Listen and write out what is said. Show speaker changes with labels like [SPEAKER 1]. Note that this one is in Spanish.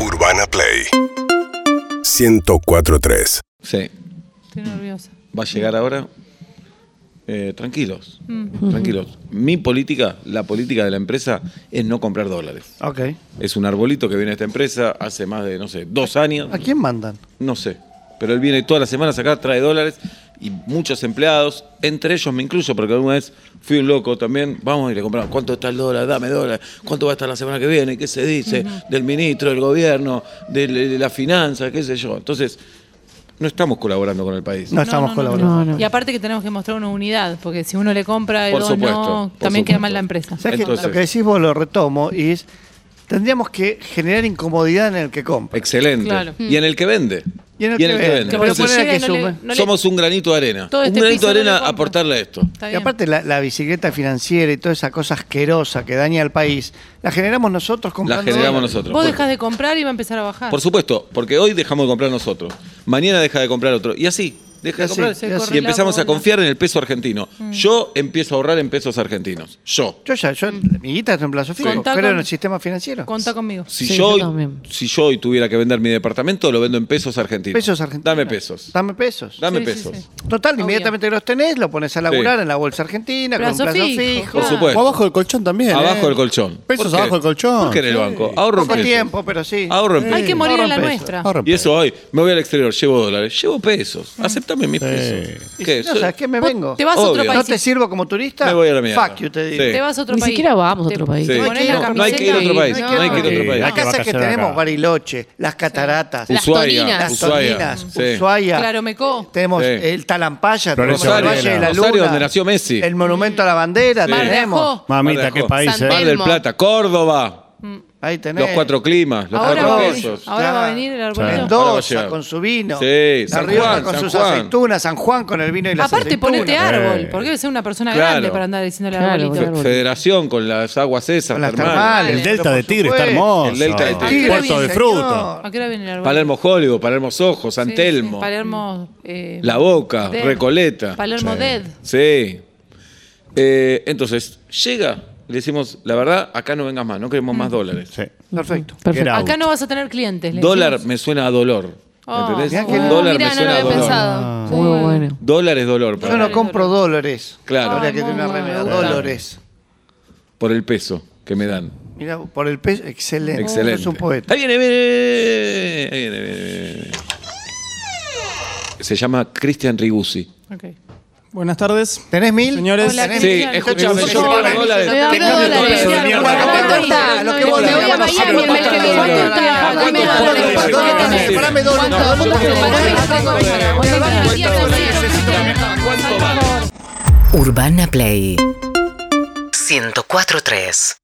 [SPEAKER 1] Urbana Play 104.3
[SPEAKER 2] Sí.
[SPEAKER 3] Estoy nerviosa.
[SPEAKER 2] Va a llegar ahora. eh, tranquilos. Tranquilos. Mi política, la política de la empresa, es no comprar dólares.
[SPEAKER 4] Ok.
[SPEAKER 2] Es un arbolito que viene a esta empresa hace más de, no sé, dos años.
[SPEAKER 4] ¿A quién mandan?
[SPEAKER 2] No sé. Pero él viene todas las semanas acá, trae dólares y muchos empleados, entre ellos me incluyo, porque alguna vez fui un loco también. Vamos y le compramos, ¿cuánto está el dólar? Dame dólar. ¿Cuánto va a estar la semana que viene? ¿Qué se dice? Del ministro, del gobierno, del- de, la finanza, qué sé yo. Entonces, no estamos colaborando con el país.
[SPEAKER 4] No, estamos colaborando.
[SPEAKER 5] no, no.
[SPEAKER 3] Y aparte que tenemos que mostrar una unidad, porque si uno le compra el
[SPEAKER 2] Por
[SPEAKER 3] otro
[SPEAKER 2] supuesto,
[SPEAKER 3] no,
[SPEAKER 2] por
[SPEAKER 3] también queda
[SPEAKER 2] supuesto.
[SPEAKER 3] mal la empresa.
[SPEAKER 4] ¿Sabes que
[SPEAKER 2] Entonces-
[SPEAKER 4] Lo que decís vos lo retomo y es, tendríamos que generar incomodidad en el que compra.
[SPEAKER 2] Excelente.
[SPEAKER 3] Claro.
[SPEAKER 2] Y en el que vende.
[SPEAKER 4] Y en el que vende.
[SPEAKER 3] Que por
[SPEAKER 4] Pero
[SPEAKER 3] lo que
[SPEAKER 4] ponele
[SPEAKER 3] llega
[SPEAKER 4] que
[SPEAKER 3] y no le-
[SPEAKER 4] sume.
[SPEAKER 3] no le-
[SPEAKER 2] Somos un granito de arena.
[SPEAKER 3] Todo este
[SPEAKER 2] un granito
[SPEAKER 3] piso
[SPEAKER 2] de
[SPEAKER 3] no le
[SPEAKER 2] arena
[SPEAKER 3] compra.
[SPEAKER 2] aportarle a esto.
[SPEAKER 3] Está
[SPEAKER 4] Y
[SPEAKER 3] bien.
[SPEAKER 4] aparte la, la bicicleta financiera y toda esa cosa asquerosa que daña al país, la generamos nosotros
[SPEAKER 2] La
[SPEAKER 4] comprando.
[SPEAKER 2] generamos
[SPEAKER 4] dólares.
[SPEAKER 2] nosotros.
[SPEAKER 3] Vos
[SPEAKER 2] Por-
[SPEAKER 3] dejas de comprar y va a empezar a bajar.
[SPEAKER 2] Por supuesto, porque hoy dejamos de comprar nosotros, mañana deja de comprar otro, y así, deja de
[SPEAKER 4] Así,
[SPEAKER 2] comprar,
[SPEAKER 4] se
[SPEAKER 3] corre
[SPEAKER 2] y
[SPEAKER 3] la Mm.
[SPEAKER 2] empezamos a
[SPEAKER 3] bola.
[SPEAKER 2] confiar en el peso argentino. Yo empiezo a ahorrar en pesos argentinos. Yo.
[SPEAKER 4] Yo ya, yo, mi guita es en plazo fijo,
[SPEAKER 3] Mm. Contá
[SPEAKER 4] creo
[SPEAKER 3] con-
[SPEAKER 4] en el sistema financiero.
[SPEAKER 3] Contá conmigo.
[SPEAKER 2] Si,
[SPEAKER 5] Sí,
[SPEAKER 2] yo
[SPEAKER 5] yo
[SPEAKER 2] hoy,
[SPEAKER 5] también.
[SPEAKER 2] si yo hoy tuviera que vender mi departamento, lo vendo en pesos argentinos.
[SPEAKER 4] Pesos argentinos.
[SPEAKER 2] Dame pesos.
[SPEAKER 4] Dame pesos.
[SPEAKER 2] Dame
[SPEAKER 3] Sí, sí,
[SPEAKER 2] pesos.
[SPEAKER 3] sí.
[SPEAKER 4] Total, inmediatamente que los tenés, lo pones a laburar
[SPEAKER 2] Sí.
[SPEAKER 4] en la bolsa argentina,
[SPEAKER 3] Plazo
[SPEAKER 4] con un plazo
[SPEAKER 3] fijo,
[SPEAKER 4] fijo.
[SPEAKER 3] claro.
[SPEAKER 2] Por supuesto.
[SPEAKER 6] O abajo del colchón también.
[SPEAKER 2] Abajo
[SPEAKER 6] ¿eh?
[SPEAKER 2] del colchón. ¿Por
[SPEAKER 6] Pesos
[SPEAKER 2] qué?
[SPEAKER 6] abajo del colchón.
[SPEAKER 2] ¿Por qué en el banco? Ahorro en
[SPEAKER 4] Poco
[SPEAKER 2] pesos.
[SPEAKER 4] tiempo, pero sí.
[SPEAKER 2] Ahorro en
[SPEAKER 3] Hay
[SPEAKER 2] pesos.
[SPEAKER 3] que morir en la
[SPEAKER 4] Ahorra pesos.
[SPEAKER 3] nuestra.
[SPEAKER 6] Ahorra en
[SPEAKER 2] Y eso hoy, me voy al exterior, llevo dólares, llevo pesos. Aceptame mis pesos.
[SPEAKER 4] Y
[SPEAKER 2] ¿Qué?
[SPEAKER 4] si no, ¿sabes qué? Me
[SPEAKER 3] Vos
[SPEAKER 4] vengo.
[SPEAKER 3] Te vas a otro
[SPEAKER 2] Obvio.
[SPEAKER 3] país.
[SPEAKER 4] ¿No te sirvo como turista?
[SPEAKER 2] Este Me voy a la mierda.
[SPEAKER 4] Fuck you, te digo.
[SPEAKER 2] Sí.
[SPEAKER 3] Te vas a otro
[SPEAKER 5] Ni
[SPEAKER 3] país.
[SPEAKER 5] siquiera vamos a
[SPEAKER 3] Te-
[SPEAKER 5] otro país.
[SPEAKER 2] Sí.
[SPEAKER 3] te
[SPEAKER 2] No hay
[SPEAKER 3] ponés
[SPEAKER 2] que ir
[SPEAKER 3] la
[SPEAKER 2] a otro- no hay que ir a otro
[SPEAKER 3] camiseta
[SPEAKER 2] país,
[SPEAKER 3] y-
[SPEAKER 2] no hay que ir a otro país.
[SPEAKER 4] Las casas que
[SPEAKER 7] vacacionar
[SPEAKER 4] tenemos,
[SPEAKER 7] acá.
[SPEAKER 4] Bariloche, las cataratas,
[SPEAKER 5] Las
[SPEAKER 2] Ushuaia,
[SPEAKER 5] torinas.
[SPEAKER 4] las
[SPEAKER 2] Ushuaia.
[SPEAKER 4] Torninas,
[SPEAKER 2] sí.
[SPEAKER 4] Ushuaia,
[SPEAKER 3] Claro, me co.
[SPEAKER 4] tenemos
[SPEAKER 2] Sí.
[SPEAKER 4] el Talampaya, tenemos el
[SPEAKER 7] Rosario,
[SPEAKER 4] Valle de la Luna,
[SPEAKER 2] Rosario, donde nació Messi.
[SPEAKER 4] el Monumento a la Bandera,
[SPEAKER 2] Sí.
[SPEAKER 4] tenemos,
[SPEAKER 7] Mamita, qué país,
[SPEAKER 5] San
[SPEAKER 2] Mar
[SPEAKER 5] Telmo.
[SPEAKER 7] ¿eh?
[SPEAKER 2] del Plata, Córdoba,
[SPEAKER 4] ahí tenés,
[SPEAKER 2] los cuatro climas, los
[SPEAKER 3] Ahora,
[SPEAKER 2] cuatro
[SPEAKER 3] va, a venir-
[SPEAKER 2] quesos.
[SPEAKER 3] ahora va a
[SPEAKER 4] Claro.
[SPEAKER 3] venir el
[SPEAKER 7] Claro.
[SPEAKER 3] arbolito.
[SPEAKER 2] Ahora va a llegar.
[SPEAKER 4] Mendoza con su vino,
[SPEAKER 2] Sí,
[SPEAKER 4] La
[SPEAKER 2] San
[SPEAKER 4] Rioja
[SPEAKER 2] Juan,
[SPEAKER 4] con
[SPEAKER 2] San
[SPEAKER 4] sus
[SPEAKER 2] Juan.
[SPEAKER 4] aceitunas, San Juan con el vino y las
[SPEAKER 3] Aparte,
[SPEAKER 4] aceitunas.
[SPEAKER 3] ponete árbol,
[SPEAKER 7] Eh.
[SPEAKER 3] porque debe ser una persona
[SPEAKER 2] Claro.
[SPEAKER 3] grande para andar diciéndole
[SPEAKER 5] Claro,
[SPEAKER 3] arbolito.
[SPEAKER 5] claro.
[SPEAKER 2] Fe- Federación con las aguas esas,
[SPEAKER 4] Con las
[SPEAKER 2] termales.
[SPEAKER 4] termales.
[SPEAKER 6] El Delta de Tigre está
[SPEAKER 4] Por
[SPEAKER 6] hermoso.
[SPEAKER 2] El Delta de Tigre.
[SPEAKER 6] Puerto de
[SPEAKER 4] Señor.
[SPEAKER 6] Fruto.
[SPEAKER 3] ¿A qué hora viene el arbolito?
[SPEAKER 2] Palermo Hollywood, Palermo Ojo, San
[SPEAKER 3] Sí,
[SPEAKER 2] Telmo,
[SPEAKER 3] sí, Palermo. eh,
[SPEAKER 2] La Boca,
[SPEAKER 3] Dead.
[SPEAKER 2] Recoleta.
[SPEAKER 3] Palermo Dead.
[SPEAKER 2] Sí. Eh, entonces, llega, le decimos, la verdad, acá no vengas más, no queremos más dólares.
[SPEAKER 7] Sí.
[SPEAKER 4] Perfecto.
[SPEAKER 5] Perfecto. Ah,
[SPEAKER 6] Era-
[SPEAKER 3] Acá no vas a tener clientes. Mm. le
[SPEAKER 2] Dólar
[SPEAKER 3] decimos.
[SPEAKER 2] me suena a dolor.
[SPEAKER 3] Oh.
[SPEAKER 2] ¿Entendés?
[SPEAKER 4] Mirá que
[SPEAKER 2] El
[SPEAKER 4] no.
[SPEAKER 2] dólar
[SPEAKER 8] Mirá, no
[SPEAKER 2] me
[SPEAKER 8] lo
[SPEAKER 2] suena a
[SPEAKER 8] había
[SPEAKER 2] dolor.
[SPEAKER 8] pensado.
[SPEAKER 5] Muy bueno.
[SPEAKER 2] Dólar es dolor. para
[SPEAKER 4] Yo no
[SPEAKER 2] mí.
[SPEAKER 4] compro dólares.
[SPEAKER 2] Claro.
[SPEAKER 4] Habría que tener una remera, dólares.
[SPEAKER 2] Por el peso que me dan.
[SPEAKER 4] Mira, por el peso, excelente.
[SPEAKER 2] Excelente.
[SPEAKER 4] Es un poeta.
[SPEAKER 2] Ahí viene, viene. Ahí viene, viene, viene. Se llama Cristian Rigusi.
[SPEAKER 3] Ok.
[SPEAKER 9] Buenas tardes.
[SPEAKER 4] ¿Tenés mil?
[SPEAKER 9] Señores,
[SPEAKER 3] Hola,
[SPEAKER 4] ¿Tenés
[SPEAKER 3] Sí,
[SPEAKER 4] mil?
[SPEAKER 3] es
[SPEAKER 2] escúchame,
[SPEAKER 4] Entonces,
[SPEAKER 2] yo
[SPEAKER 4] yo-
[SPEAKER 2] quiero dólares.
[SPEAKER 5] Me da
[SPEAKER 8] Te cambio
[SPEAKER 5] dos
[SPEAKER 8] todo
[SPEAKER 5] dólares.
[SPEAKER 8] eso de
[SPEAKER 5] Mira,
[SPEAKER 8] mierda.
[SPEAKER 5] bueno,
[SPEAKER 8] Bueno,
[SPEAKER 5] ¿cuánto
[SPEAKER 8] bueno,
[SPEAKER 5] está?
[SPEAKER 8] bueno,
[SPEAKER 5] Lo que vos
[SPEAKER 8] bueno,
[SPEAKER 5] digas,
[SPEAKER 8] me voy a
[SPEAKER 5] vamos
[SPEAKER 8] Miami
[SPEAKER 5] ver
[SPEAKER 8] el mes que
[SPEAKER 5] cuánto
[SPEAKER 8] viene. ¿Cuánto
[SPEAKER 5] dólares.
[SPEAKER 8] está?
[SPEAKER 5] ¿Cuánto
[SPEAKER 8] Dame
[SPEAKER 5] está?
[SPEAKER 8] dólares,
[SPEAKER 5] ¿Cuánto
[SPEAKER 8] ¿cuánto
[SPEAKER 5] está?
[SPEAKER 8] tenés?
[SPEAKER 5] ¿Cuánto
[SPEAKER 4] Parame dólares.
[SPEAKER 8] ¿Cuánto?
[SPEAKER 4] No, yo
[SPEAKER 8] ¿Cuánto tenés?
[SPEAKER 4] tengo dólares.
[SPEAKER 8] Dame dólares.
[SPEAKER 5] ¿Cuánto está?
[SPEAKER 8] Dame dólares.
[SPEAKER 2] ¿Cuánto vale?
[SPEAKER 10] Urbana Play 104.3